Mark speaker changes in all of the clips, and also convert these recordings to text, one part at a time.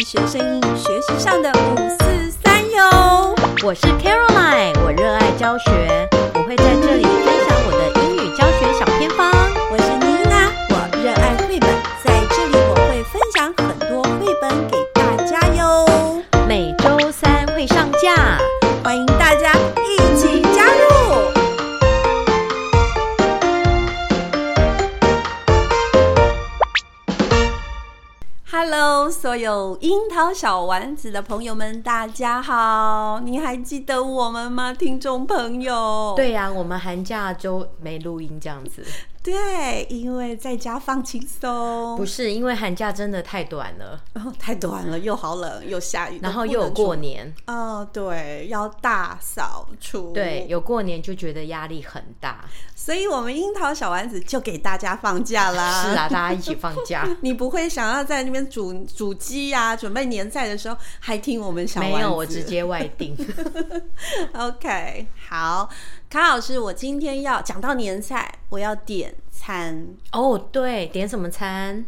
Speaker 1: 医学生英语学习上的五四三哟。
Speaker 2: 我是 Caroline，我热爱教学，我会在这里分享我的英语教学小偏方。
Speaker 1: 我是妮娜，我热爱绘本，在这里我会分享很多绘本给大家哟，
Speaker 2: 每周三会上架。
Speaker 1: 欢迎大家一起加入。Hello，所有樱桃小丸子的朋友们，大家好！你还记得我们吗，听众朋友？
Speaker 2: 对呀、我们寒假就没录音这样子，
Speaker 1: 对，因为在家放轻松，
Speaker 2: 不是因为寒假真的太短了，
Speaker 1: 哦，太短了，又好冷，又下雨，
Speaker 2: 然后
Speaker 1: 都不
Speaker 2: 又
Speaker 1: 能
Speaker 2: 有过
Speaker 1: 出。
Speaker 2: 年，
Speaker 1: 哦，对，要大扫除。
Speaker 2: 对，，有过年就觉得压力很大。
Speaker 1: 所以我们樱桃小丸子就给大家放假啦。
Speaker 2: 是啊，大家一起放 假。
Speaker 1: 你不会想要在那边煮煮鸡呀、准备年菜的时候还听我们小丸
Speaker 2: 没
Speaker 1: 子？
Speaker 2: 有，我直接外 定。
Speaker 1: OK，好，卡老师，我今天要讲到年菜，我要点餐，
Speaker 2: 哦，对，点什么餐？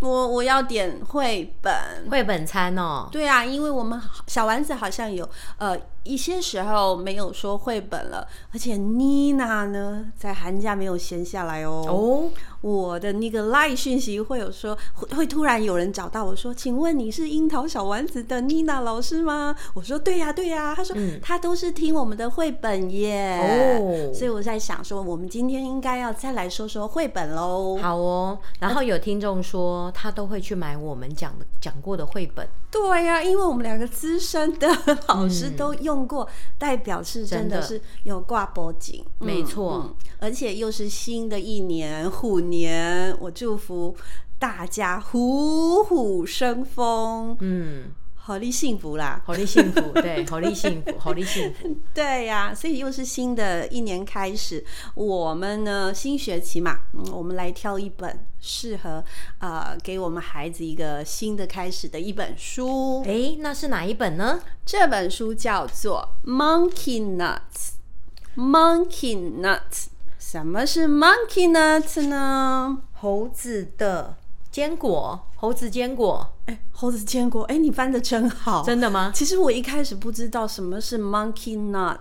Speaker 1: 我我要点绘本。
Speaker 2: 绘本餐哦。
Speaker 1: 对啊，因为我们好小丸子好像有呃一些时候没有说绘本了，而且妮娜呢在寒假没有闲下来哦。
Speaker 2: 哦，
Speaker 1: 我的那个 Line 讯息会有说会会突然有人找到我说，请问你是樱桃小丸子的妮娜老师吗？我说对呀、对呀、他说、他都是听我们的绘本耶。
Speaker 2: 哦
Speaker 1: 所以我在想说，我们今天应该要再来说说绘本喽。
Speaker 2: 好哦。然后有听众说，他都会去买我们讲的讲过的绘本，
Speaker 1: 对呀、因为我们两个资深的老师都用过，代表是嗯真的
Speaker 2: 真的
Speaker 1: 是有挂脖颈，嗯
Speaker 2: 没错
Speaker 1: 而且又是新的一年虎年，我祝福大家虎虎生风，
Speaker 2: 嗯，
Speaker 1: 好利幸福啦！
Speaker 2: 好利幸 福，对，好利幸福，好利幸福，
Speaker 1: 对呀、所以又是新的一年开始，我们呢新学期嘛，嗯，我们来挑一本适合呃给我们孩子一个新的开始的一本书。
Speaker 2: 诶，那是哪一本呢？
Speaker 1: 这本书叫做《Monkey Nuts》。Monkey Nuts，什么是 Monkey Nuts 呢？
Speaker 2: 猴子的坚果，猴子坚果，哦
Speaker 1: 哎，猴子坚果，哎，你翻的真好。
Speaker 2: 真的吗
Speaker 1: 其实我一开始不知道什么是 Monkey Nut，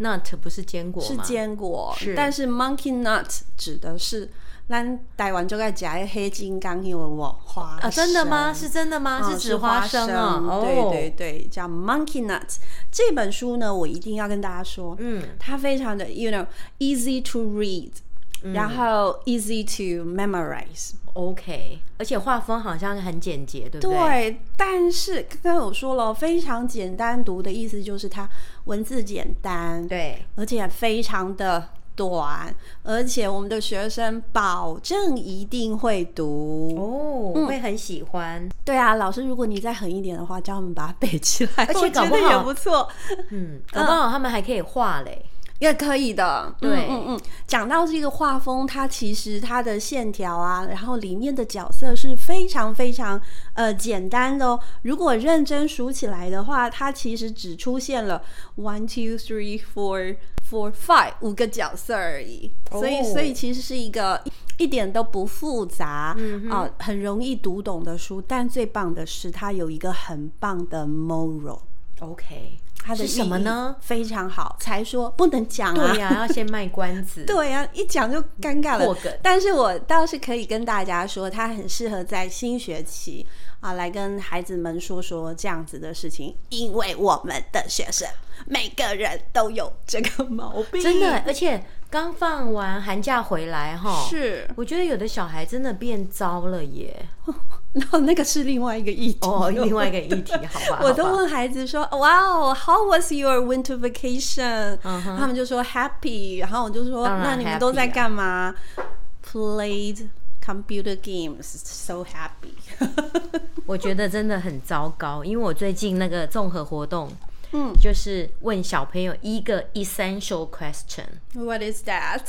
Speaker 2: ？Nut 不是坚果
Speaker 1: 是
Speaker 2: 吗？
Speaker 1: 坚果，
Speaker 2: 是
Speaker 1: 但是 Monkey Nut 指的是咱台湾就该夹黑金刚因为我花
Speaker 2: 啊，真的吗？
Speaker 1: 生
Speaker 2: 是真的吗？
Speaker 1: 哦
Speaker 2: 指花生啊？哦，
Speaker 1: 对对对，叫 Monkey Nut。这本书呢，我一定要跟大家说，
Speaker 2: 嗯，
Speaker 1: 它非常的，you know, easy to read，、然
Speaker 2: 嗯
Speaker 1: 后 easy to memorize。
Speaker 2: ，OK。而且画风好像很简洁，对不对？
Speaker 1: 对，但是刚刚我说了，非常简单读的意思就是它文字简单，，
Speaker 2: 对，
Speaker 1: 而且非常的短，而且我们的学生保证一定会读。
Speaker 2: 哦，会很喜欢。
Speaker 1: 对啊，老师，如果你再狠一点的话，叫他们把它背起来，
Speaker 2: 而且
Speaker 1: 我
Speaker 2: 搞
Speaker 1: 觉
Speaker 2: 不
Speaker 1: 得
Speaker 2: 好
Speaker 1: 也不错。
Speaker 2: 嗯，搞不好他们还可以画嘞。
Speaker 1: 也可以的，嗯
Speaker 2: 对
Speaker 1: 嗯嗯。讲到这个画风，它其实它的线条啊，然后里面的角色是非常非常呃简单的哦。如果认真数起来的话，它其实只出现了 one two three four four five 五个角色而已，所以
Speaker 2: 哦
Speaker 1: 所以其实是一个一点都不复杂，嗯啊、很容易读懂的书。但最棒的是，它有一个很棒的 moral。
Speaker 2: OK，
Speaker 1: 它的
Speaker 2: 是什么
Speaker 1: 寓意
Speaker 2: 呢？
Speaker 1: 非常好，才说不能讲啊。
Speaker 2: 对呀、要先卖关 子。
Speaker 1: 对呀、一讲就尴尬
Speaker 2: 破
Speaker 1: 了
Speaker 2: 梗。
Speaker 1: 但是我倒是可以跟大家说，它很适合在新学期啊，来跟孩子们说说这样子的事情，因为我们的学生每个人都有这个毛病，
Speaker 2: 真的，而且刚放完寒假回来哈，，
Speaker 1: 是。
Speaker 2: 我觉得有的小孩真的变糟 了耶。
Speaker 1: 然后那个是另外一个议题
Speaker 2: 哦，另外一个议题，好吧，
Speaker 1: 我都
Speaker 2: 好吧
Speaker 1: 问孩子说，哇哦，How was your winter vacation？、
Speaker 2: 嗯哼
Speaker 1: 他们就说 Happy，然后我就说，
Speaker 2: 当然
Speaker 1: 那你
Speaker 2: happy
Speaker 1: 们
Speaker 2: 啊
Speaker 1: 都在干嘛、p l a y e d computer games，so happy
Speaker 2: 我觉得真的很糟糕，因为我最近那个综合活动，
Speaker 1: 嗯
Speaker 2: 就是问小朋友一个 essential question。
Speaker 1: What is that？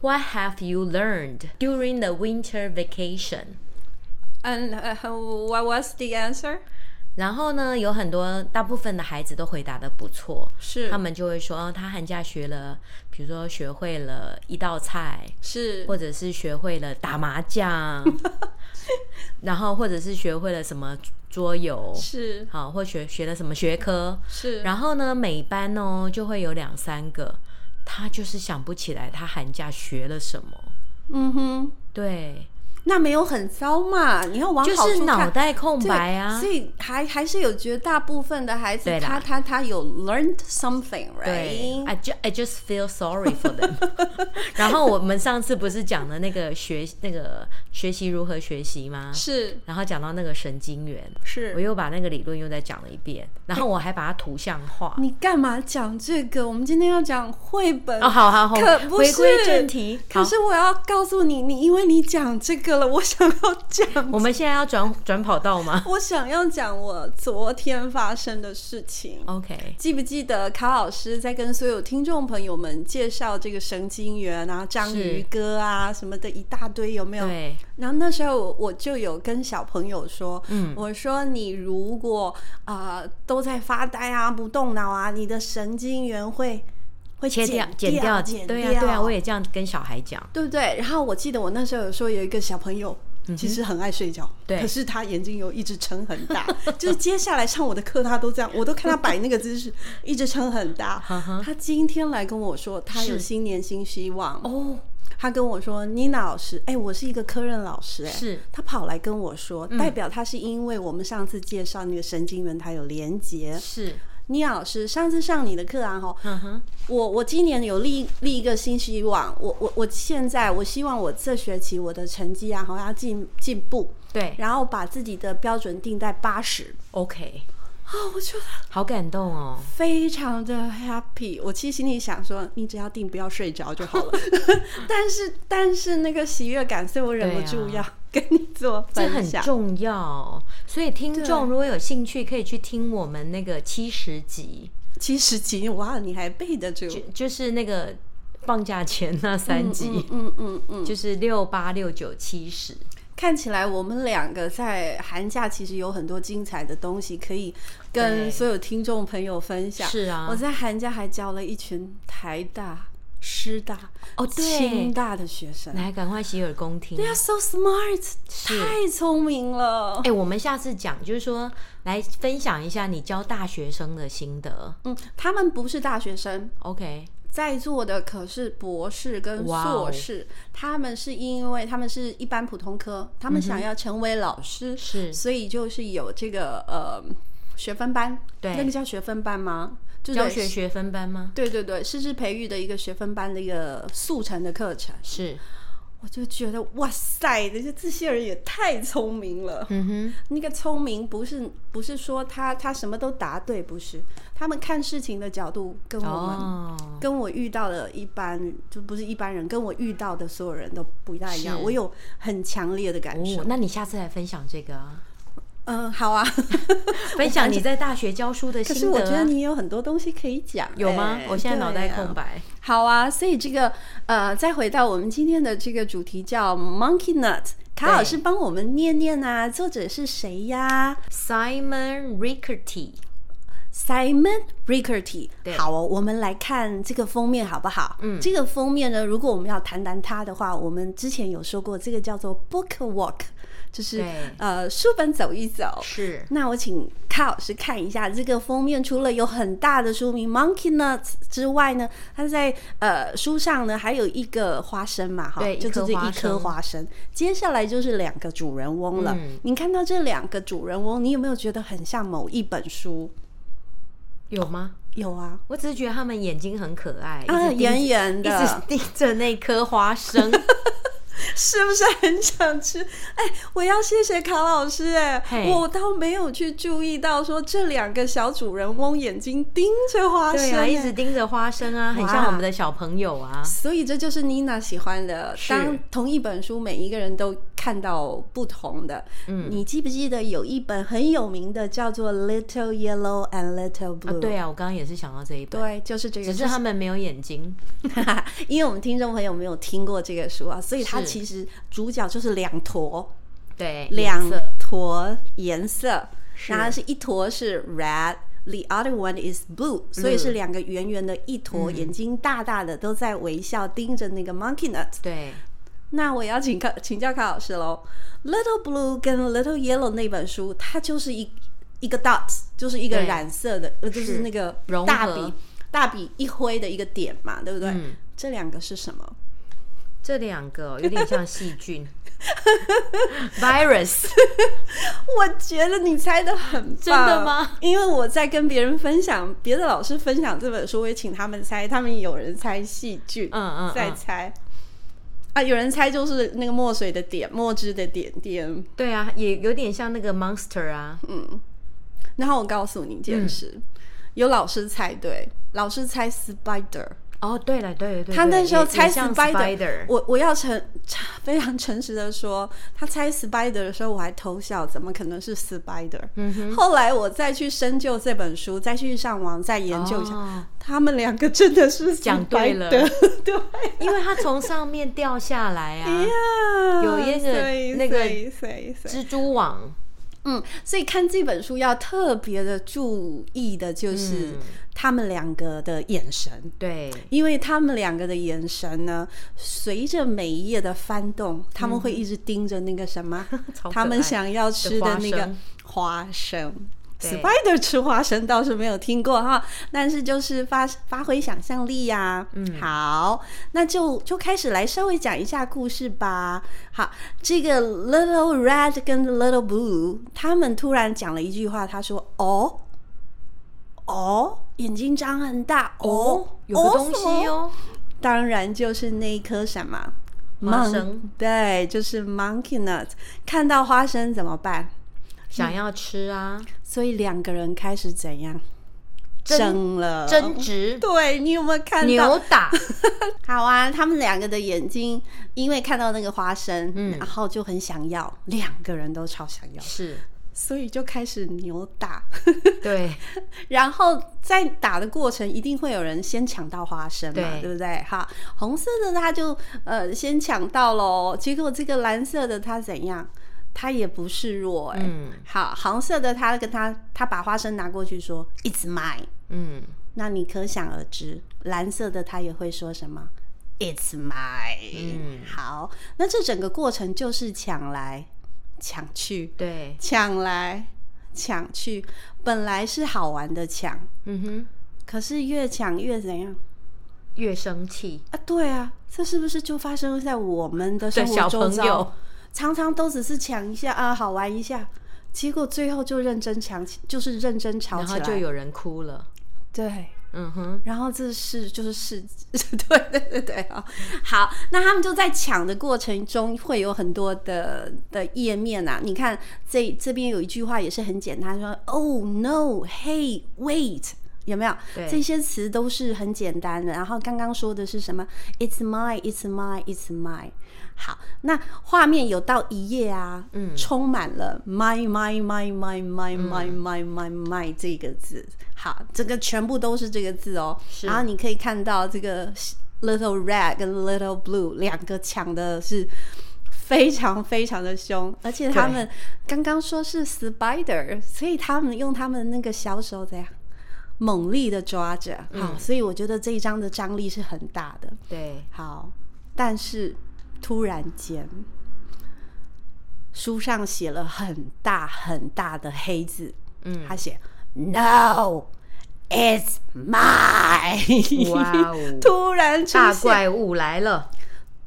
Speaker 2: What have you learned during the winter vacation？
Speaker 1: And uh, what was the answer？
Speaker 2: 然后呢，有很多大部分的孩子都回答的不错，
Speaker 1: 是
Speaker 2: 他们就会说，哦，他寒假学了，比如说学会了一道菜，
Speaker 1: 是
Speaker 2: 或 者是学会了打麻将，然后或者是学会了什么桌游，
Speaker 3: 是
Speaker 2: 好或学学了什么学科，
Speaker 3: 是，
Speaker 2: 然后呢，每班哦就会有两三个，他就是想不起来他寒假学了什么。
Speaker 1: 嗯哼，
Speaker 2: 对，
Speaker 1: 那没有很糟嘛？你要往
Speaker 2: 就
Speaker 1: 好
Speaker 2: 是
Speaker 1: 处
Speaker 2: 脑
Speaker 1: 看。
Speaker 2: 袋空
Speaker 1: 对
Speaker 2: 白啊
Speaker 1: 所。以还还是有绝大部分的孩子
Speaker 2: 对，啦
Speaker 1: 他他他有 learned something
Speaker 2: 对
Speaker 1: right？
Speaker 2: ，I just I just feel sorry for them。然 后我们上次不是讲了那个学那个学习如何学习吗？
Speaker 3: 是
Speaker 2: 然后讲到那个神经元，我
Speaker 3: 是，
Speaker 2: 又把那个理论又再讲了一遍，然后我还把它图像化。
Speaker 1: 你干嘛讲这个？我们今天要讲绘本
Speaker 2: 哦，好好好，
Speaker 1: 可不
Speaker 2: 回归
Speaker 1: 是
Speaker 2: 正题。
Speaker 1: 可
Speaker 2: 好
Speaker 1: 是我要告诉你，你因为你讲这个了，我想要讲，
Speaker 2: 我们现在要转转跑道吗
Speaker 1: 我想要讲我昨天发生的事情。
Speaker 2: 哦？OK，
Speaker 1: 记不记得卡老师在跟所有听众朋友们介绍这个神经元啊、章鱼哥啊什么的一大堆，有没有？
Speaker 2: 对，
Speaker 1: 然后那时候我我就有跟小朋友说，
Speaker 2: 嗯
Speaker 1: 我说你如果啊、呃都在发呆啊、不动脑啊，你的神经元会会
Speaker 2: 切掉、
Speaker 1: 剪
Speaker 2: 剪掉、
Speaker 1: 剪
Speaker 2: 对啊
Speaker 1: 呀、
Speaker 2: 呀、对呀、我也这样跟小孩讲。
Speaker 1: 对不对？然后我记得我那时候有说有一个小朋友。其实很爱睡觉，
Speaker 2: 嗯对
Speaker 1: 可是他眼睛有一直撑很 大，就是接下来上我的课他都这样，我都看他摆那个姿势，一直撑很大
Speaker 2: 哈哈。
Speaker 1: 他今天来跟我说，他有
Speaker 2: 是
Speaker 1: 新年新希望，
Speaker 2: 哦，
Speaker 1: 他跟我说妮娜老师，哎、我是一个科任老师、哎，
Speaker 2: 是
Speaker 1: 他跑来跟我说，代表他是因为我们上次介绍那个神经元它有连结。
Speaker 2: 是，
Speaker 1: 妮娜老师上次上你的课啊，吼，
Speaker 2: 嗯哼，
Speaker 1: 我我今年有立立一个新希望，我我我现在我希望我这学期我的成绩啊，好像要进进步，
Speaker 2: 对
Speaker 1: 然后把自己的标准定在八十
Speaker 2: ，OK，
Speaker 1: 啊，我觉得
Speaker 2: 好感动哦。
Speaker 1: 非常的 happy。我其实心里想说，你只要定不要睡着就好了，但是但是那个喜悦感，所以我忍不住
Speaker 2: 对
Speaker 1: 要跟你做
Speaker 2: 这
Speaker 1: 分
Speaker 2: 很
Speaker 1: 享。
Speaker 2: 重要，所以听众
Speaker 1: 对
Speaker 2: 如果有兴趣，可以去听我们那个七十集，
Speaker 1: 七十集哇，你还背得住？
Speaker 2: 就就是那个放假前那三集，
Speaker 1: 嗯嗯嗯，
Speaker 2: 就是六八六九七十。
Speaker 1: 看起来我们两个在寒假其实有很多精彩的东西可以
Speaker 2: 对
Speaker 1: 跟所有听众朋友分享。
Speaker 2: 是啊
Speaker 1: 我在寒假还教了一群台大、师大、
Speaker 2: 哦对
Speaker 1: 清大的学生。
Speaker 2: 来，赶快洗耳恭听。
Speaker 1: 对啊，so smart，太聪明了。
Speaker 2: 哎、我们下次讲，就是说来分享一下你教大学生的心得。
Speaker 1: 嗯，他们不是大学生，
Speaker 2: OK，
Speaker 1: 在座的可是博士跟
Speaker 2: 哇哦
Speaker 1: 硕士，他们是因为他们是一般普通科，他们想要成为老师，
Speaker 2: 嗯是
Speaker 1: 所以就是有这个呃学分班，
Speaker 2: 对
Speaker 1: 那个叫学分班吗？就是
Speaker 2: 教学学分班吗？
Speaker 1: 对对对，师资培育的一个学分班的一个速成的课程，
Speaker 2: 是，
Speaker 1: 我就觉得哇塞，这些这些人也太聪明了。
Speaker 2: 嗯
Speaker 1: 那个聪明不是不是说他他什么都答对，不是，他们看事情的角度跟
Speaker 2: 哼，
Speaker 1: 我们
Speaker 2: 哦，
Speaker 1: 跟我遇到的一般就不是一般人，跟我遇到的所有人都不大一样。
Speaker 2: 是
Speaker 1: 我有很强烈的感受。
Speaker 2: 哦，那你下次来分享这个啊，
Speaker 1: 嗯，好 啊。
Speaker 2: 分享你在大学教书的
Speaker 1: 可
Speaker 2: 心
Speaker 1: 是
Speaker 2: 得啊、
Speaker 1: 我觉得你有很多东西可以讲，
Speaker 2: 有吗
Speaker 1: 哎？
Speaker 2: 我现在脑袋空。
Speaker 1: 对啊
Speaker 2: 白。
Speaker 1: 好啊，所以这个呃，再回到我们今天的这个主题叫 Monkey Nut。卡老师帮我们念念啊，作者是谁呀
Speaker 2: Simon Rickerty，
Speaker 1: ？Simon Rickerty
Speaker 2: 对。
Speaker 1: 好哦，我们来看这个封面好不好？嗯，这个封面呢，如果我们要谈谈它的话，我们之前有说过，这个叫做 Book Walk，就是
Speaker 2: 对
Speaker 1: 呃书本走一走。
Speaker 2: 是
Speaker 1: 那我请卡老师看一下这个封面，除了有很大的书名《Monkey Nuts》之外呢，它在呃书上呢还有一个花生嘛，哈，
Speaker 2: 对
Speaker 1: 就
Speaker 2: 一颗
Speaker 1: 是这
Speaker 2: 花
Speaker 1: 一颗
Speaker 2: 生
Speaker 1: 花生。接下来就是两个主人翁了。
Speaker 2: 嗯
Speaker 1: 你看到这两个主人翁，你有没有觉得很像某一本书？
Speaker 2: 有吗？
Speaker 1: 有啊，
Speaker 2: 我只是觉得他们眼睛很可爱，
Speaker 1: 啊，
Speaker 2: 一直盯
Speaker 1: 圆圆
Speaker 2: 一直
Speaker 1: 的，
Speaker 2: 盯着那颗花生，
Speaker 1: 是不是很想吃？哎，我要谢谢卡老师、哎，
Speaker 2: 嘿
Speaker 1: 我倒没有去注意到说这两个小主人翁眼睛盯着 花生、
Speaker 2: 对啊，
Speaker 1: 哎
Speaker 2: 一直盯着花生啊，很像我们的小朋友啊。
Speaker 1: 所以这就是妮娜喜欢的。
Speaker 2: 是
Speaker 1: 当同一本书，每一个人都看到不同的。
Speaker 2: 嗯
Speaker 1: 你记不记得有一本很有名的叫做《Little Yellow and Little Blue》？
Speaker 2: 啊，对啊，我刚刚也是想到这一本，
Speaker 1: 对，就是这个。
Speaker 2: 只是他们没有眼睛。
Speaker 1: 就是 因为我们听众朋友没有听过这个书啊，所以它
Speaker 2: 是
Speaker 1: 其实主角就是两坨
Speaker 2: 对，
Speaker 1: 两
Speaker 2: 颜色
Speaker 1: 坨颜色，
Speaker 2: 是
Speaker 1: 然后是一坨是 red。The other one is blue，所
Speaker 2: 嗯
Speaker 1: 以是两个圆圆的一坨，眼睛大大的，都在微笑盯着那个 monkey nut。
Speaker 2: 对
Speaker 1: 那我也要请卡请教卡老师喽。Little Blue 跟 Little Yellow 那本书，它就是一一个 dot，就是一个
Speaker 2: 对
Speaker 1: 染色的，呃，就是
Speaker 2: 是
Speaker 1: 那个
Speaker 2: 融
Speaker 1: 大
Speaker 2: 合
Speaker 1: 笔大笔一挥的一个点嘛，对不对？
Speaker 2: 嗯
Speaker 1: 这两个是什么？
Speaker 2: 这两个哦有点像细 菌，virus，
Speaker 1: 我觉得你猜的很棒，
Speaker 2: 真的吗？
Speaker 1: 因为我在跟别人分享，别的老师分享这本书，我也请他们猜，他们有人猜细菌，
Speaker 2: 嗯嗯
Speaker 1: 在
Speaker 2: 嗯
Speaker 1: 猜。啊，有人猜就是那个墨水的点，墨汁的点点。
Speaker 2: 对啊，也有点像那个 monster 啊，
Speaker 1: 然后我告诉你一件事，
Speaker 2: 嗯
Speaker 1: 有老师猜对，老师猜 spider，
Speaker 2: 哦，对了，对对对，
Speaker 1: 他那时候
Speaker 2: 也
Speaker 1: 猜
Speaker 2: 也像
Speaker 1: spider，我我要诚非常诚实的说，他猜 spider 的时候我还偷笑，怎么可能是 spider？、
Speaker 2: 嗯哼，
Speaker 1: 后来我再去深究这本书，再去上网再研究一下，
Speaker 2: 哦
Speaker 1: 他们两个真的是
Speaker 2: 讲对了
Speaker 1: spider 对
Speaker 2: 因为它从上面掉下来 啊，
Speaker 1: 哎呀，
Speaker 2: 有一个
Speaker 1: 啊所以
Speaker 2: 那个
Speaker 1: 所以所以所以
Speaker 2: 蜘蛛网，
Speaker 1: 嗯，所以看这本书要特别的注意的就是
Speaker 2: 嗯
Speaker 1: 他们两个的眼神。
Speaker 2: 对，，
Speaker 1: 因为他们两个的眼神呢，随着每一页的翻动，他们会一直盯着那个什么
Speaker 2: 嗯 超可
Speaker 1: 他们
Speaker 2: 爱
Speaker 1: 想要吃的那个
Speaker 2: 的
Speaker 1: 花生。
Speaker 2: 对
Speaker 1: Spider 吃花生倒是没有听过哈，但是就是发发挥想象力呀、嗯，好，那就就开始来稍微讲一下故事吧。好，这个 Little Red 跟 Little Blue 他们突然讲了一句话，他说：“哦，哦，眼睛张很大，哦
Speaker 2: 哦，，有个东
Speaker 1: 什么
Speaker 2: 西哦，
Speaker 1: 当然就是那一颗什么
Speaker 2: 花
Speaker 1: mon-
Speaker 2: 生
Speaker 1: 对，就是 monkey nut。看到花生怎么办？
Speaker 2: 想要吃啊，
Speaker 1: 所以两个人开始怎样
Speaker 2: 争
Speaker 1: 争了？
Speaker 2: 争执、
Speaker 1: 对你有没有嗯看到？
Speaker 2: 扭打，
Speaker 1: 好啊，他们两个的眼睛因为看到那个花生，
Speaker 2: 嗯
Speaker 1: 然后就很想要，两个人都超想要，
Speaker 2: 是
Speaker 1: 所以就开始扭打。
Speaker 2: 对，
Speaker 1: 然后在打的过程，一定会有人先抢到花生嘛，对
Speaker 2: 对
Speaker 1: 不对？哈，红色的他就呃先抢到喽，结果这个蓝色的他怎样？他也不示弱哎、
Speaker 2: 嗯
Speaker 1: 好，黄色的他跟他他把花生拿过去说 “It's mine”，
Speaker 2: 嗯，
Speaker 1: 那你可想而知，蓝色的他也会说什么 “It's mine”、
Speaker 2: 嗯
Speaker 1: 好，那这整个过程就是抢来抢去，
Speaker 2: 对，
Speaker 1: 抢来抢去，本来是好玩的抢，
Speaker 2: 嗯哼，
Speaker 1: 可是越抢越怎样
Speaker 2: 越生气，
Speaker 1: 啊？对啊，这是不是就发生在我们的生
Speaker 2: 对
Speaker 1: 活
Speaker 2: 小
Speaker 1: 周
Speaker 2: 朋
Speaker 1: 遭
Speaker 2: 友？
Speaker 1: 常常都只是抢一下啊，好玩一下，结果最后就认真抢起，就是认真吵
Speaker 2: 然
Speaker 1: 起
Speaker 2: 后
Speaker 1: 来。
Speaker 2: 就有人哭了，
Speaker 1: 对，
Speaker 2: 嗯哼，
Speaker 1: 然后这是就是事， 对对对对啊、好，那他们就在抢的过程中会有很多的的页面啊。你看这这边有一句话也是很简单，说 “Oh no, hey, wait”，有没有？
Speaker 2: 对
Speaker 1: 这些词都是很简单的。然后刚刚说的是什么？“It's mine, it's mine, it's mine”。好，那画面有到一页啊，嗯，充满了 “my my my my my my my my my” 这个字。好，这个全部都是这个字哦。
Speaker 2: 是
Speaker 1: 然后你可以看到这个 little red 跟 little blue 两个抢的是非常非常的凶，而且他们刚刚说是 spider，所以他们用他们那个小手怎样猛力的抓着，好，所以我觉得这一张的张力是很大的。
Speaker 2: 对，
Speaker 1: 好，但是突然间，书上写了很大很大的黑字， 嗯，他写 “No, it's mine”，，
Speaker 2: 哇哦
Speaker 1: 突然出
Speaker 2: 大
Speaker 1: 现
Speaker 2: 怪物来了，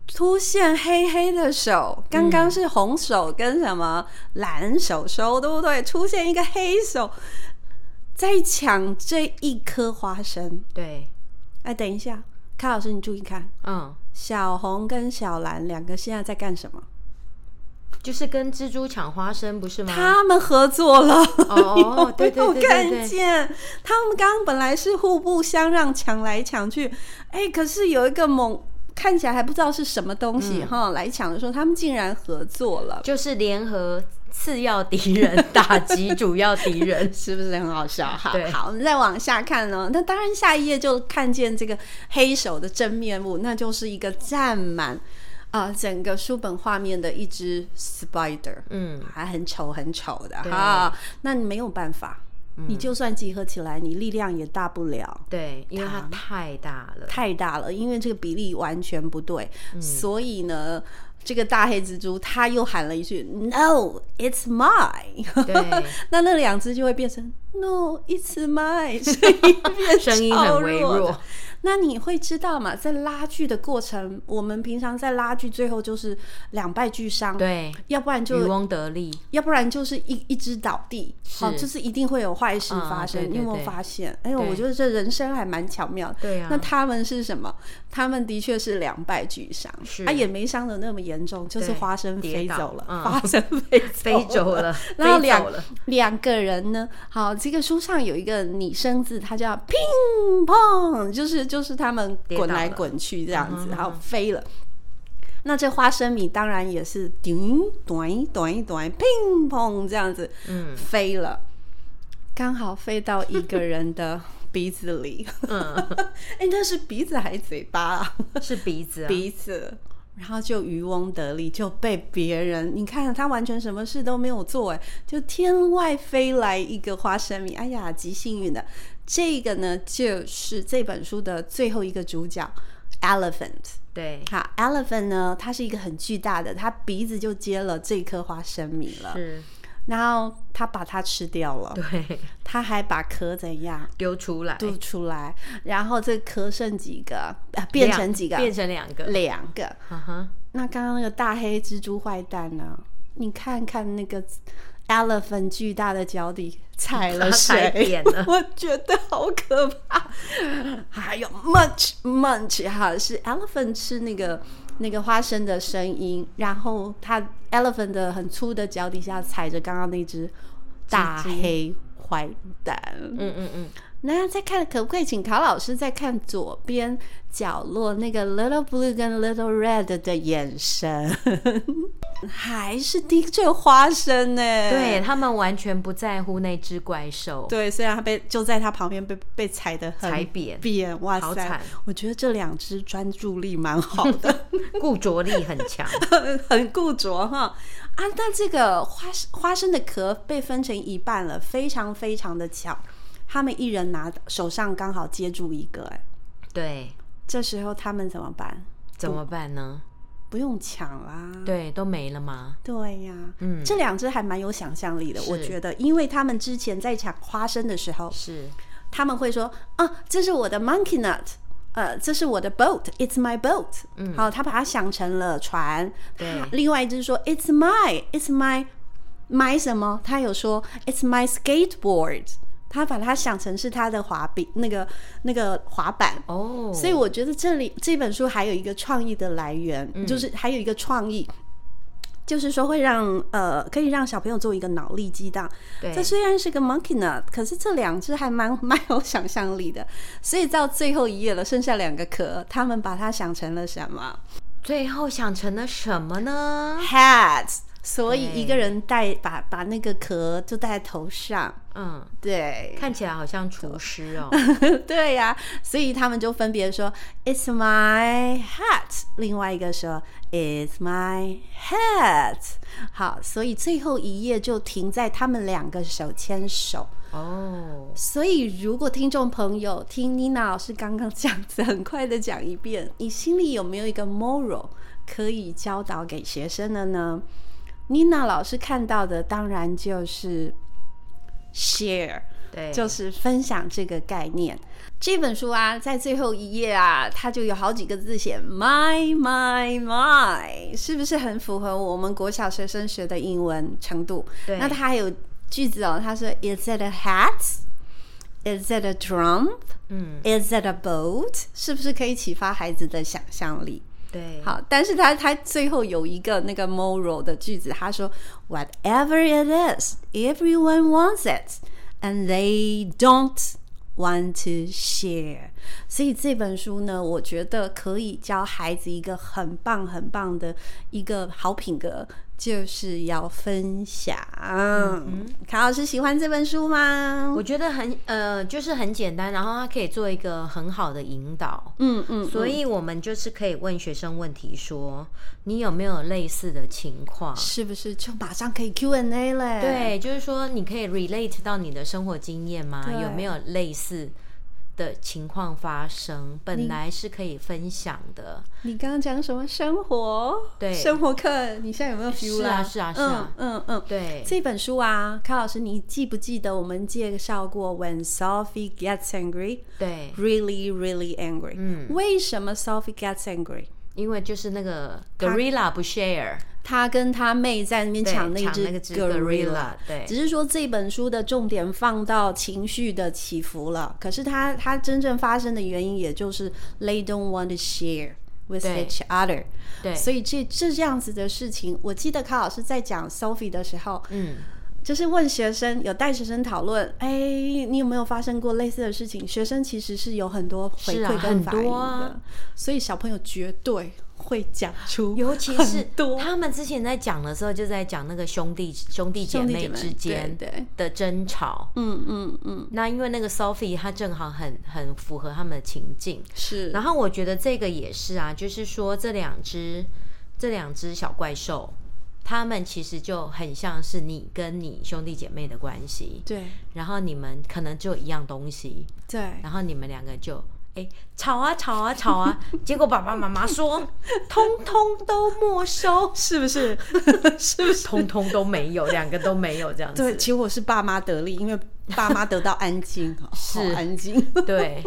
Speaker 1: 出现黑黑的手，刚刚是红手跟什么蓝手手，对不对？出现一个黑手在抢这一颗花生。
Speaker 2: 对，
Speaker 1: 哎，等一下，卡老师，你注意看。
Speaker 2: 嗯，
Speaker 1: 小红跟小蓝两个现在在干什么？
Speaker 2: 就是跟蜘蛛抢花生不是吗？
Speaker 1: 他们合作了，
Speaker 2: 哦
Speaker 1: 你有
Speaker 2: 对对
Speaker 1: 没有
Speaker 2: 对对对
Speaker 1: 看见他们刚刚本来是互不相让，抢来抢去，哎，可是有一个猛，看起来还不知道是什么东西哈、来抢的时候，他们竟然合作了，
Speaker 2: 就是联合次要敌人打击主要敌 人。
Speaker 1: 是不是很好笑？好
Speaker 2: 对
Speaker 1: 好，我们再往下看呢、那当然，下一页就看见这个黑手的真面目，那就是一个占满啊、呃整个书本画面的一只 spider。
Speaker 2: 嗯，
Speaker 1: 还很丑很丑的
Speaker 2: 对嗯
Speaker 1: 哈。那你没有办法，你就算集合起来，你力量也大不了。
Speaker 2: 对，因为它太大了。嗯
Speaker 1: 太大了，因为这个比例完全不对，所以呢，这个大黑蜘蛛它又喊了一句 “No, it's mine”，
Speaker 2: 对，
Speaker 1: 那那两只就会变成 “No, it's mine”，声 音变
Speaker 2: 声音很
Speaker 1: 超
Speaker 2: 微
Speaker 1: 弱的
Speaker 2: 弱。
Speaker 1: 那你会知道嘛，在拉锯的过程，我们平常在拉锯，最后就是两败俱伤，，
Speaker 2: 对，
Speaker 1: 要不然
Speaker 2: 渔
Speaker 1: 就。
Speaker 2: 翁得利，
Speaker 1: 要不然就是一一只倒地，好，就是一定会有坏事
Speaker 2: 嗯
Speaker 1: 发生。
Speaker 2: 对对
Speaker 1: 你有没有
Speaker 2: 对
Speaker 1: 发现？哎呦，
Speaker 2: 对
Speaker 1: 我觉得这人生还蛮巧妙的。
Speaker 2: 对啊，
Speaker 1: 那他们是什么？他们的确是两败俱伤，
Speaker 2: 是
Speaker 1: 啊，也没伤的那么严重，就是
Speaker 2: 对
Speaker 1: 花生飞
Speaker 2: 跌倒
Speaker 1: 走了，
Speaker 2: 嗯
Speaker 1: 花生飞
Speaker 2: 飞走了，
Speaker 1: 然后
Speaker 2: 飞
Speaker 1: 两
Speaker 2: 走了，
Speaker 1: 两个人呢，好，这个书上有一个拟声字，它叫乒乓，就是就是他们
Speaker 2: 跌倒
Speaker 1: 滚来
Speaker 2: 了
Speaker 1: 滚去这样
Speaker 2: 嗯
Speaker 1: 子，
Speaker 2: 哼
Speaker 1: 然后飞了。那这花生米当然也是叮短短短乒乓这样子
Speaker 2: 嗯
Speaker 1: 飞了，刚好飞到一个人的鼻子里。
Speaker 2: 嗯，
Speaker 1: 哎、那是鼻子还是嘴巴啊？
Speaker 2: 是鼻子啊，
Speaker 1: 鼻子，然后就渔翁得利，就被别人你看他完全什么事都没有做，哎，就天外飞来一个花生米，哎呀，极幸运的。这个呢，就是这本书的最后一个主角，elephant。
Speaker 2: 对，
Speaker 1: 好，elephant 呢，它是一个很巨大的，它鼻子就接了这颗花生米了，
Speaker 2: 是，
Speaker 1: 然后它把它吃掉了，
Speaker 2: 对，
Speaker 1: 它还把壳怎样？
Speaker 2: 丢出来，
Speaker 1: 吐出来，然后这壳剩几个？呃，变
Speaker 2: 两
Speaker 1: 成几个？嗯
Speaker 2: 变成两个，嗯
Speaker 1: 两个。
Speaker 2: 哈哈，
Speaker 1: 那刚刚那个大黑蜘蛛坏蛋呢？你看看那个 elephant 巨大的脚底踩了
Speaker 2: 它 踩
Speaker 1: 谁
Speaker 2: 扁了
Speaker 1: 我觉得好可怕。还有 munch munch 哈，是 elephant 吃那个那个花生的声音，然后它 elephant 的很粗的脚底下踩着刚刚那只大黑坏蛋。
Speaker 2: 嗯嗯嗯，
Speaker 1: 那再看，可不可以请陶老师再看左边角落那个 little blue 跟 little red 的眼神？ 还是的确花生呢、
Speaker 2: 对他们完全不在乎那只怪兽，
Speaker 1: 对，虽然他被就在他旁边被被踩的很
Speaker 2: 踩扁
Speaker 1: 扁，哇
Speaker 2: 好
Speaker 1: 塞
Speaker 2: 惨！
Speaker 1: 我觉得这两只专注力蛮好的，
Speaker 2: 固着力很强，
Speaker 1: 很固着哈啊！那这个花生花生的壳被分成一半了，非常非常的巧，他们一人拿手上刚好接住一个、哎，
Speaker 2: 对，
Speaker 1: 这时候他们怎么办？
Speaker 2: 怎么办呢？
Speaker 1: 不用抢啦。
Speaker 2: 对，都没了吗？
Speaker 1: 对呀、
Speaker 2: 嗯，
Speaker 1: 这两只还蛮有想象力的，
Speaker 2: 是
Speaker 1: 我觉得，因为他们之前在抢花生的时候，
Speaker 2: 是，
Speaker 1: 他们会说啊，这是我的 monkey nut。呃，这是我的 boat，it's my boat。嗯，好，他把它想成了船。
Speaker 2: 对
Speaker 1: 他另外一只说 it's my，it's my my 什么？他有说 it's my skateboard，他把它想成是他的滑冰，那个那个滑板。
Speaker 2: 哦，
Speaker 1: 所以我觉得这里这本书还有一个创意的来源，
Speaker 2: 嗯
Speaker 1: 就是还有一个创意，就是说会让呃可以让小朋友做一个脑力激荡。
Speaker 2: 对
Speaker 1: 这虽然是个 monkey 呢，可是这两只还蛮 蛮有想象力的。所以到最后一页了，剩下两个壳，他们把它想成了什么
Speaker 2: 最后想成了什么呢？
Speaker 1: ？hats。所以
Speaker 2: 对
Speaker 1: 一个人戴把把那个壳就戴在头上，
Speaker 2: 嗯，
Speaker 1: 对，
Speaker 2: 看起来好像厨 师哦，
Speaker 1: 对呀、所以他们就分别说 "It's my hat"，另外一个说 "It's my hat"。好，所以最后一页就停在他们两个手牵手。
Speaker 2: 哦，
Speaker 1: 所以，如果听众朋友听妮娜老师刚刚这样子很快的讲一遍，你心里有没有一个 moral 可以教导给学生的呢？妮娜老师看到的当然就是 share。
Speaker 2: 对，
Speaker 1: 就是分享这个概念。这本书啊，在最后一页啊，它就有好几个字写 “my my my”，是不是很符合我们国小学生学的英文程度？
Speaker 2: 对
Speaker 1: 那它还有句子哦，它说 “Is it a hat? Is it a drum?
Speaker 2: 嗯，
Speaker 1: Is it a boat？” 是不是可以启发孩子的想象力？
Speaker 2: 对，
Speaker 1: 好，但是他他最后有一个那个 moral 的句子，他说，Whatever it is, everyone wants it, and they don't want to share。所以这本书呢，我觉得可以教孩子一个很棒很棒的一个好品格，就是要分享。卡老师喜欢这本书吗？
Speaker 2: 嗯我觉得很呃，就是很简单，然后它可以做一个很好的引导。
Speaker 1: 嗯嗯，
Speaker 2: 所以我们就是可以问学生问题说，你有没有类似的情况？
Speaker 1: 是不是就马上可以 Q&A 嘞？
Speaker 2: 对，就是说你可以 relate 到你的生活经验吗？
Speaker 1: 对
Speaker 2: 有没有类似的情况发生，本来是可以分享的。
Speaker 1: 你刚刚讲什么生活？
Speaker 2: 对
Speaker 1: 生活课，你现在有没有 feel
Speaker 2: 是啊
Speaker 1: 啦
Speaker 2: 是啊是啊
Speaker 1: 嗯嗯嗯。
Speaker 2: 对，
Speaker 1: 这本书啊，卡老师，你记不记得我们介绍过《When Sophie Gets Angry》
Speaker 2: 对，
Speaker 1: ？Really, really angry。
Speaker 2: 嗯，
Speaker 1: 为什么 Sophie gets angry？
Speaker 2: 因为就是那个 gorilla 不 share，
Speaker 1: 她跟她妹在那边
Speaker 2: 对
Speaker 1: 抢那
Speaker 2: 抢
Speaker 1: 只
Speaker 2: 那个只
Speaker 1: gorilla，
Speaker 2: gorilla，对
Speaker 1: 只是说这本书的重点放到情绪的起伏了。可是它它真正发生的原因，也就是 they don't want to share with
Speaker 2: 对
Speaker 1: each other。
Speaker 2: 对，
Speaker 1: 所以这这这样子的事情，我记得卡老师在讲 Sophie 的时候，
Speaker 2: 嗯，
Speaker 1: 就是问学生，有带学生讨论，哎，你有没有发生过类似的事情？学生其实是有很多回
Speaker 2: 是啊
Speaker 1: 馈跟
Speaker 2: 很
Speaker 1: 反应的，
Speaker 2: 多啊
Speaker 1: 所以小朋友绝对会讲出，
Speaker 2: 尤其
Speaker 1: 很
Speaker 2: 是
Speaker 1: 多
Speaker 2: 他们之前在讲的时候，就在讲那个兄弟兄弟姐
Speaker 1: 兄弟
Speaker 2: 妹
Speaker 1: 姐妹
Speaker 2: 之间
Speaker 1: 对对
Speaker 2: 的争吵。
Speaker 1: 嗯嗯嗯，
Speaker 2: 那因为那个 Sophie 她正好很很符合他们的情境，
Speaker 1: 是，
Speaker 2: 然后我觉得这个也是啊，就是说这两只这两只小怪兽，它们其实就很像是你跟你兄弟姐妹的关系，
Speaker 1: 对
Speaker 2: 然后你们可能就一样东西，
Speaker 1: 对，
Speaker 2: 然后你们两个就哎吵啊吵啊吵啊， 结果爸爸妈妈说通通都没收，
Speaker 1: 是不是？是不是？
Speaker 2: 通通都没有，两个都没有这样子，
Speaker 1: 对，其实我是爸妈得力， 因为爸妈得到安静， 是安静，
Speaker 2: 对，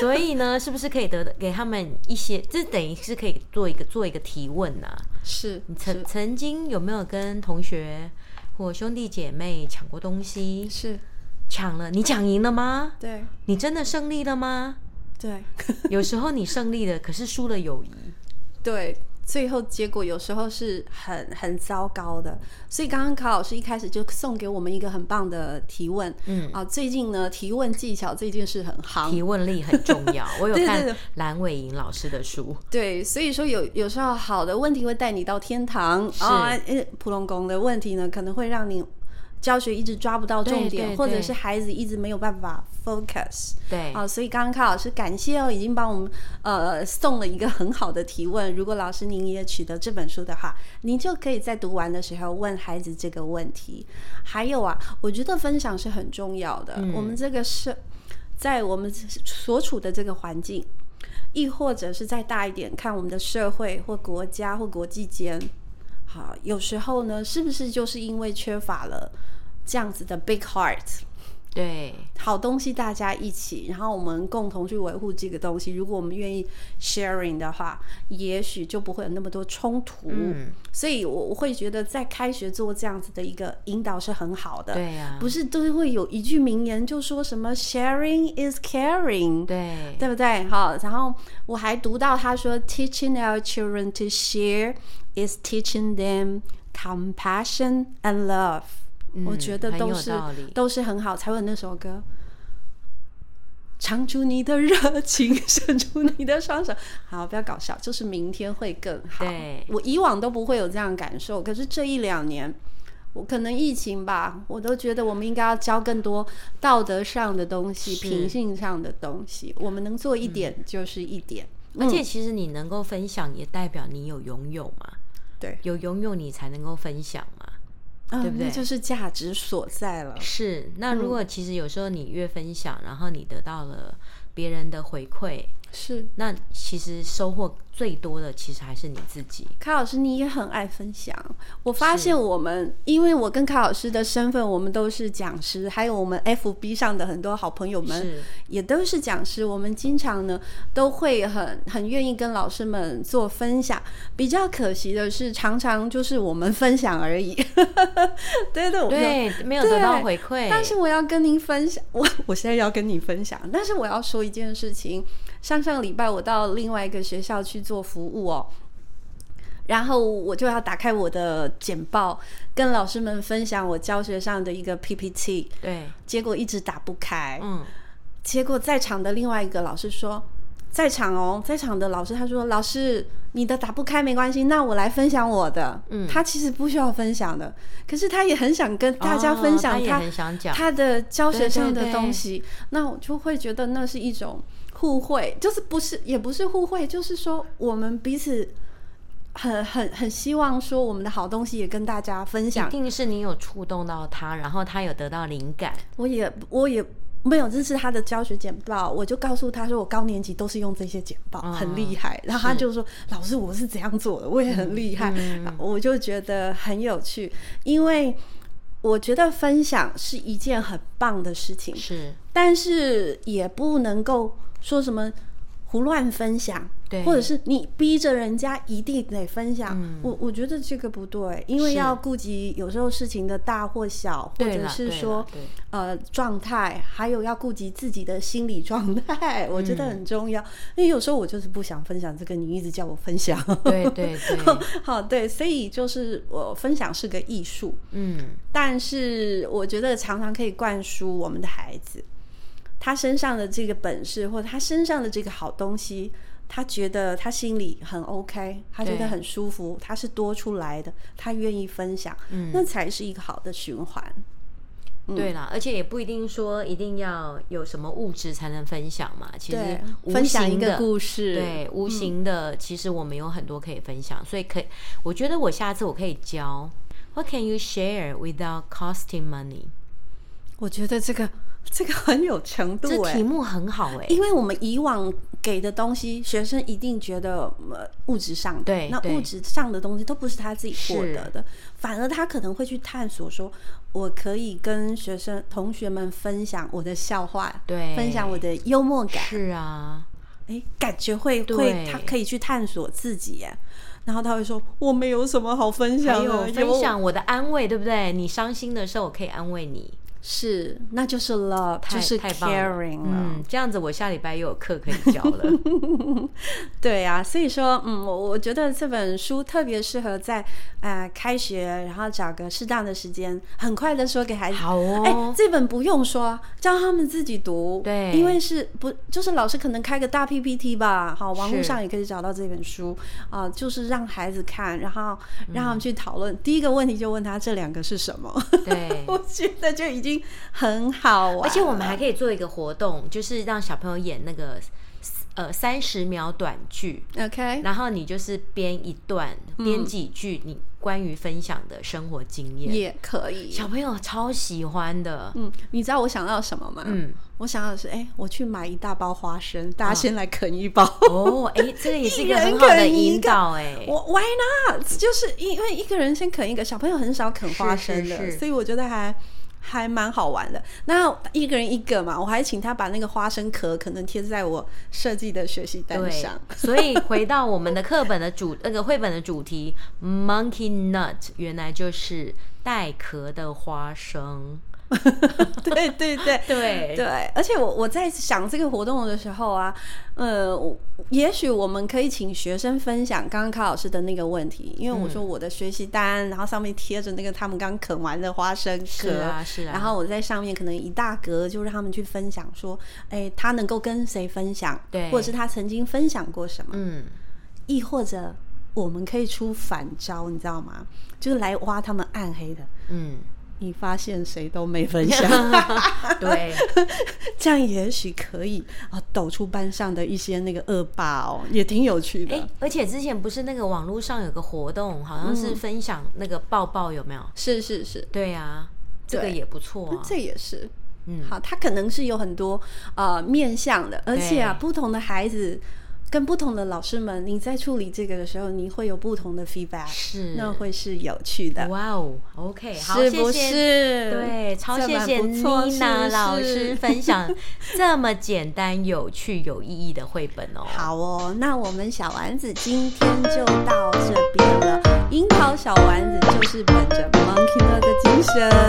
Speaker 2: 所以呢，是不是可以得给他们一些？这等于是可以做一个做一个提问呐、
Speaker 1: 是
Speaker 2: 你
Speaker 1: 是
Speaker 2: 曾曾经有没有跟同学或兄弟姐妹抢过东西？
Speaker 1: 是，
Speaker 2: 抢了，你抢赢了吗？
Speaker 1: 对
Speaker 2: 你真的胜利 了吗？
Speaker 1: 对
Speaker 2: 有时候你胜利了，可是输了友谊。
Speaker 1: 对。最后结果有时候是很很糟糕的，所以刚刚卡老师一开始就送给我们一个很棒的提问，
Speaker 2: 嗯，
Speaker 1: 啊，最近呢提问技巧这件事很夯，
Speaker 2: 提问力很重 要。我有
Speaker 1: 对对
Speaker 2: 看
Speaker 1: 对
Speaker 2: 蓝伟莹老师的书，
Speaker 1: 对，所以说有有时候好的问题会带你到天堂
Speaker 2: 是
Speaker 1: 啊，呃普龙宫的问题呢可能会让你教学一直抓不到重
Speaker 2: 对
Speaker 1: 点，
Speaker 2: 对
Speaker 1: 或者
Speaker 2: 对
Speaker 1: 是孩子一直没有办法 focus
Speaker 2: 对，
Speaker 1: 啊，所以刚刚卡老师感谢哦，已经帮我们呃送了一个很好的提问。如果老师您也取得这本书的话，您就可以在读完的时候问孩子这个问题。还有啊，我觉得分享是很重要的。我们这个是在我们所处的这个环境，亦或者是再大一点，看我们的社会或国家或国际间，好，有时候呢，是不是就是因为缺乏了这样子的 big heart？
Speaker 2: 对，
Speaker 1: 好东西大家一起，然后我们共同去维护这个东西。如果我们愿意 sharing 的话，也许就不会有那么多冲突。
Speaker 2: 嗯，
Speaker 1: 所以我我会觉得在开学做这样子的一个引导是很好的。
Speaker 2: 对啊呀、
Speaker 1: 不是都会有一句名言，就说什么 “sharing is caring”，
Speaker 2: 对，
Speaker 1: 对不对？好，然后我还读到他说，“teaching our children to share is teaching them compassion and love”、我觉得
Speaker 2: 嗯很
Speaker 1: 都
Speaker 2: 有
Speaker 1: 是
Speaker 2: 道理
Speaker 1: 都是很好，才会有那首歌。唱出你的热情，伸出你的双手。好，不要搞笑，就是明天会更好。
Speaker 2: 对
Speaker 1: 我以往都不会有这样的感受，可是这一两年，我可能疫情吧，我都觉得我们应该要教更多道德上的东西、
Speaker 2: 是
Speaker 1: 品性上的东西。我们能做一点就是一点。
Speaker 2: 而且其实你能够分享，也代表你有拥有嘛，
Speaker 1: 对，
Speaker 2: 有拥有你才能够分享嘛。
Speaker 1: 嗯，
Speaker 2: 对不对
Speaker 1: 那就是价值所在了。嗯
Speaker 2: 是，那如果其实有时候你越分享，然后你得到了别人的回馈，
Speaker 1: 是，
Speaker 2: 那其实收获最多的其实还是你自己。
Speaker 1: 卡老师，你也很爱分享。我发现我们，因为我跟卡老师的身份，我们都是讲师，还有我们 FB 上的很多好朋友们
Speaker 2: 是，
Speaker 1: 也都是讲师。我们经常呢都会很很愿意跟老师们做分享。比较可惜的是，常常就是我们分享而已。 对对，我们有
Speaker 2: 对，没有得到
Speaker 1: 对
Speaker 2: 回馈，
Speaker 1: 但是我要跟您分享，我我现在要跟你分享，但是我要说一件事情。上上礼拜我到另外一个学校去做服务哦，然后我就要打开我的简报，跟老师们分享我教学上的一个 PPT，
Speaker 2: 对，
Speaker 1: 结果一直打不开。
Speaker 2: 嗯，
Speaker 1: 结果在场的另外一个老师说，在场哦，在场的老师他说，老师你的打不开没关系，那我来分享我的。嗯，他其实不需要分享的，可是他也很想跟大家
Speaker 2: 哦
Speaker 1: 分享
Speaker 2: 他也
Speaker 1: 他
Speaker 2: 很想讲，
Speaker 1: 他的教学上的
Speaker 2: 对对
Speaker 1: 东西，那我就会觉得那是一种互惠，就是不是也不是互惠，就是说我们彼此很很很希望说我们的好东西也跟大家分
Speaker 2: 一
Speaker 1: 享。
Speaker 2: 定是你有触动到他，然后他有得到灵感，
Speaker 1: 我也我也没有，这是他的教学简报，我就告诉他说，我高年级都是用这些简报，
Speaker 2: 哦
Speaker 1: 很厉害。然后他就说，老师我是怎样做的，我也很厉害。
Speaker 2: 嗯
Speaker 1: 然后我就觉得很有趣，因为我觉得分享是一件很棒的事情，
Speaker 2: 是
Speaker 1: 但是也不能够说什么胡乱分享，
Speaker 2: 对嗯
Speaker 1: 或者是你逼着人家一定得分享。我我觉得这个不对，因为
Speaker 2: 是
Speaker 1: 要顾及有时候事情的大或小，或
Speaker 2: 对
Speaker 1: 者
Speaker 2: 啦
Speaker 1: 是
Speaker 2: 对啦
Speaker 1: 说
Speaker 2: 对
Speaker 1: 呃状态，还有要顾及自己的心理状态， 我觉
Speaker 2: 嗯
Speaker 1: 得很重要。因为有时候我就是不想分享这个，你一直叫我分享。
Speaker 2: 对对对，
Speaker 1: 好，对，所以就是我分享是个艺术，
Speaker 2: 嗯，
Speaker 1: 但是我觉得常常可以灌输我们的孩子，他身上的这个本事或者他身上的这个好东西，他觉得他心里很 OK，他觉
Speaker 2: 对
Speaker 1: 得很舒服，他是多出来的，他愿意分享，
Speaker 2: 嗯
Speaker 1: 那才是一个好的循环。嗯
Speaker 2: 对啦，而且也不一定说一定要有什么物质才能分享嘛，其实
Speaker 1: 对
Speaker 2: 无，
Speaker 1: 分享一
Speaker 2: 形
Speaker 1: 个
Speaker 2: 的
Speaker 1: 故事，嗯
Speaker 2: 对，无形的、其实我们有很多可以分享，所以可以，我觉得我下次我可以教 What can you share without costing money？
Speaker 1: 我觉得这个这个很有程度
Speaker 2: 这
Speaker 1: 哎、
Speaker 2: 题目很好哎、
Speaker 1: 因为我们以往给的东西，学生一定觉得呃物质上的，
Speaker 2: 对
Speaker 1: 那
Speaker 2: 对
Speaker 1: 物质上的东西都不是他自己获得的，反而他可能会去探索说，我可以跟学生同学们分享我的笑话，
Speaker 2: 对
Speaker 1: 分享我的幽默感，
Speaker 2: 是啊，
Speaker 1: 哎，感觉会
Speaker 2: 对
Speaker 1: 会他可以去探索自己耶，然后他会说我没有什么好分
Speaker 2: 还
Speaker 1: 享
Speaker 2: 有
Speaker 1: 的，
Speaker 2: 分享我的安慰，对不对？你伤心的时候，我可以安慰你，
Speaker 1: 是，那就是 love，
Speaker 2: 太
Speaker 1: 就是
Speaker 2: 太棒
Speaker 1: caring 了。
Speaker 2: 嗯，这样子我下礼拜又有课可以 教了。
Speaker 1: 对啊，所以说，嗯，我我觉得这本书特别适合在呃开学，然后找个适当的时间，很快的说给孩子。
Speaker 2: 好
Speaker 1: 哎、
Speaker 2: 哦，
Speaker 1: 这本不用说，叫他们自己读。
Speaker 2: 对
Speaker 1: 因为是不就是老师可能开个大 PPT 吧，好，网络
Speaker 2: 是
Speaker 1: 上也可以找到这本书啊、就是让孩子看，然后
Speaker 2: 嗯
Speaker 1: 让他们去讨论。第一个问题就问他这两个是什么，
Speaker 2: 对。
Speaker 1: 我觉得就已经很好玩了。
Speaker 2: 而且我们还可以做一个活动，就是让小朋友演那个呃三十秒短剧，
Speaker 1: OK，
Speaker 2: 然后你就是编一段，
Speaker 1: 嗯
Speaker 2: 编几句你关于分享的生活经验，
Speaker 1: 也可以。
Speaker 2: 小朋友超喜欢的。
Speaker 1: 嗯，你知道我想到什么吗？
Speaker 2: 嗯，
Speaker 1: 我想到的是，哎、我去买一大包花生，大家先来啃一包。
Speaker 2: 哦，哎，这个也啊 是一个
Speaker 1: 一人
Speaker 2: 很好的
Speaker 1: 啃一
Speaker 2: 引
Speaker 1: 个
Speaker 2: 导，哎，
Speaker 1: 我 Why not？就是因为一个人先啃一个，小朋友很少啃花
Speaker 2: 是
Speaker 1: 生的，
Speaker 2: 是是
Speaker 1: 所以我觉得还还蛮好玩的。那一个人一个嘛，我还请他把那个花生壳可能贴在我设计的学习单
Speaker 2: 对
Speaker 1: 上。，
Speaker 2: 所以回到我们的课本的主那个绘本的主题，Monkey Nut 原来就是带壳的花生，
Speaker 1: 对对对
Speaker 2: 对
Speaker 1: 对，而且我我在想这个活动的时候啊，呃，我也许我们可以请学生分享刚刚卡老师的那个问题，因为我
Speaker 2: 嗯
Speaker 1: 说我的学习单，然后上面贴着那个他们刚啃完的花生
Speaker 2: 是
Speaker 1: 壳，
Speaker 2: 啊是啊，
Speaker 1: 然后我在上面可能一大格就让他们去分享说，哎，他能够跟谁分享，
Speaker 2: 对
Speaker 1: 或者是他曾经分享过什么，
Speaker 2: 嗯。
Speaker 1: 亦或者我们可以出反招，你知道吗？就是来挖他们暗黑的。
Speaker 2: 嗯，
Speaker 1: 你发现谁都没分 享，
Speaker 2: 对，
Speaker 1: 这样也许可以啊，抖出班上的一些那个恶霸哦，也挺有趣的。
Speaker 2: 哎、而且之前不是那个网络上有个活动，好像是分享那个抱抱，有没有？
Speaker 1: 是是是，
Speaker 2: 对啊，这个
Speaker 1: 对
Speaker 2: 也不错啊。
Speaker 1: 这也是。
Speaker 2: 嗯
Speaker 1: 好，它可能是有很多呃面向的，而且啊，
Speaker 2: 对
Speaker 1: 不同的孩子跟不同的老师们，你在处理这个的时候，你会有不同的 feedback，
Speaker 2: 是，
Speaker 1: 那会是有趣的，
Speaker 2: 哇哦，OK，好，
Speaker 1: 是不是？
Speaker 2: 谢谢对，超
Speaker 1: 这
Speaker 2: 谢
Speaker 1: 蛮
Speaker 2: 谢
Speaker 1: 不错
Speaker 2: 妮娜
Speaker 1: 是不
Speaker 2: 老
Speaker 1: 是
Speaker 2: 师分享这么简单、有趣、有意义的绘本哦。
Speaker 1: 好哦，那我们小丸子今天就到这边了。樱桃小丸子就是本着 Monkey Nut 的精神，